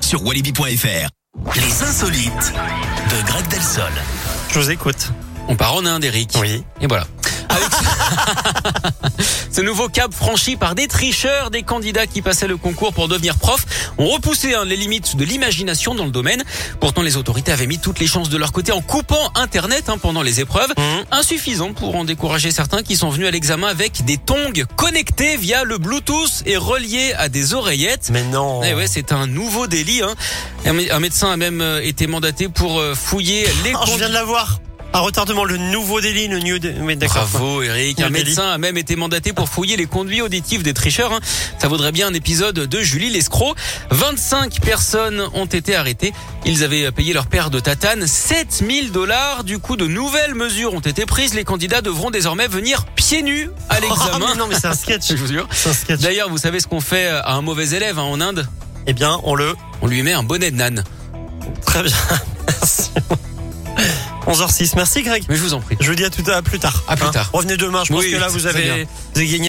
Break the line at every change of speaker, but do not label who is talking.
sur walibi.fr. Les insolites de Greg Delsol.
Je vous écoute.
On part en Inde, Eric.
Oui.
Et voilà. Avec ce nouveau cap franchi par des tricheurs, des candidats qui passaient le concours pour devenir prof, ont repoussé hein, les limites de l'imagination dans le domaine. Pourtant, les autorités avaient mis toutes les chances de leur côté en coupant Internet hein, pendant les épreuves. Insuffisant pour en décourager certains qui sont venus à l'examen avec des tongs connectés via le Bluetooth et reliés à des oreillettes.
Mais non.
Eh ouais, c'est un nouveau délit. hein. Un mé- un médecin a même euh, été mandaté pour euh, fouiller les
Oh, je
condi-
viens de l'avoir. Un retardement, le nouveau délit, le new. dé- Mais d'accord. Oh,
Bravo Eric, un
Le délit.
médecin a même été mandaté pour fouiller les conduits auditifs des tricheurs. hein. Ça vaudrait bien un épisode de Julie l'escroc. 25 personnes ont été arrêtées. Ils avaient euh, payé leur père de tatane 7000 dollars. Du coup, de nouvelles mesures ont été prises. Les candidats devront désormais venir pieds nus à
Ah,
l'examen.
mais non, mais c'est un sketch.
Je vous jure.
C'est un sketch.
D'ailleurs, vous savez ce qu'on fait à un mauvais élève hein, en Inde
Eh bien, on le.
On lui met un bonnet de nan.
Très bien. Merci. 11h06. Merci, Greg.
Mais je vous en prie.
Je vous dis à, tout à plus tard.
À plus
Hein.
tard.
Revenez demain. Je pense
Oui,
que là,
c'est
vous
très
avez,
bien.
vous avez gagné.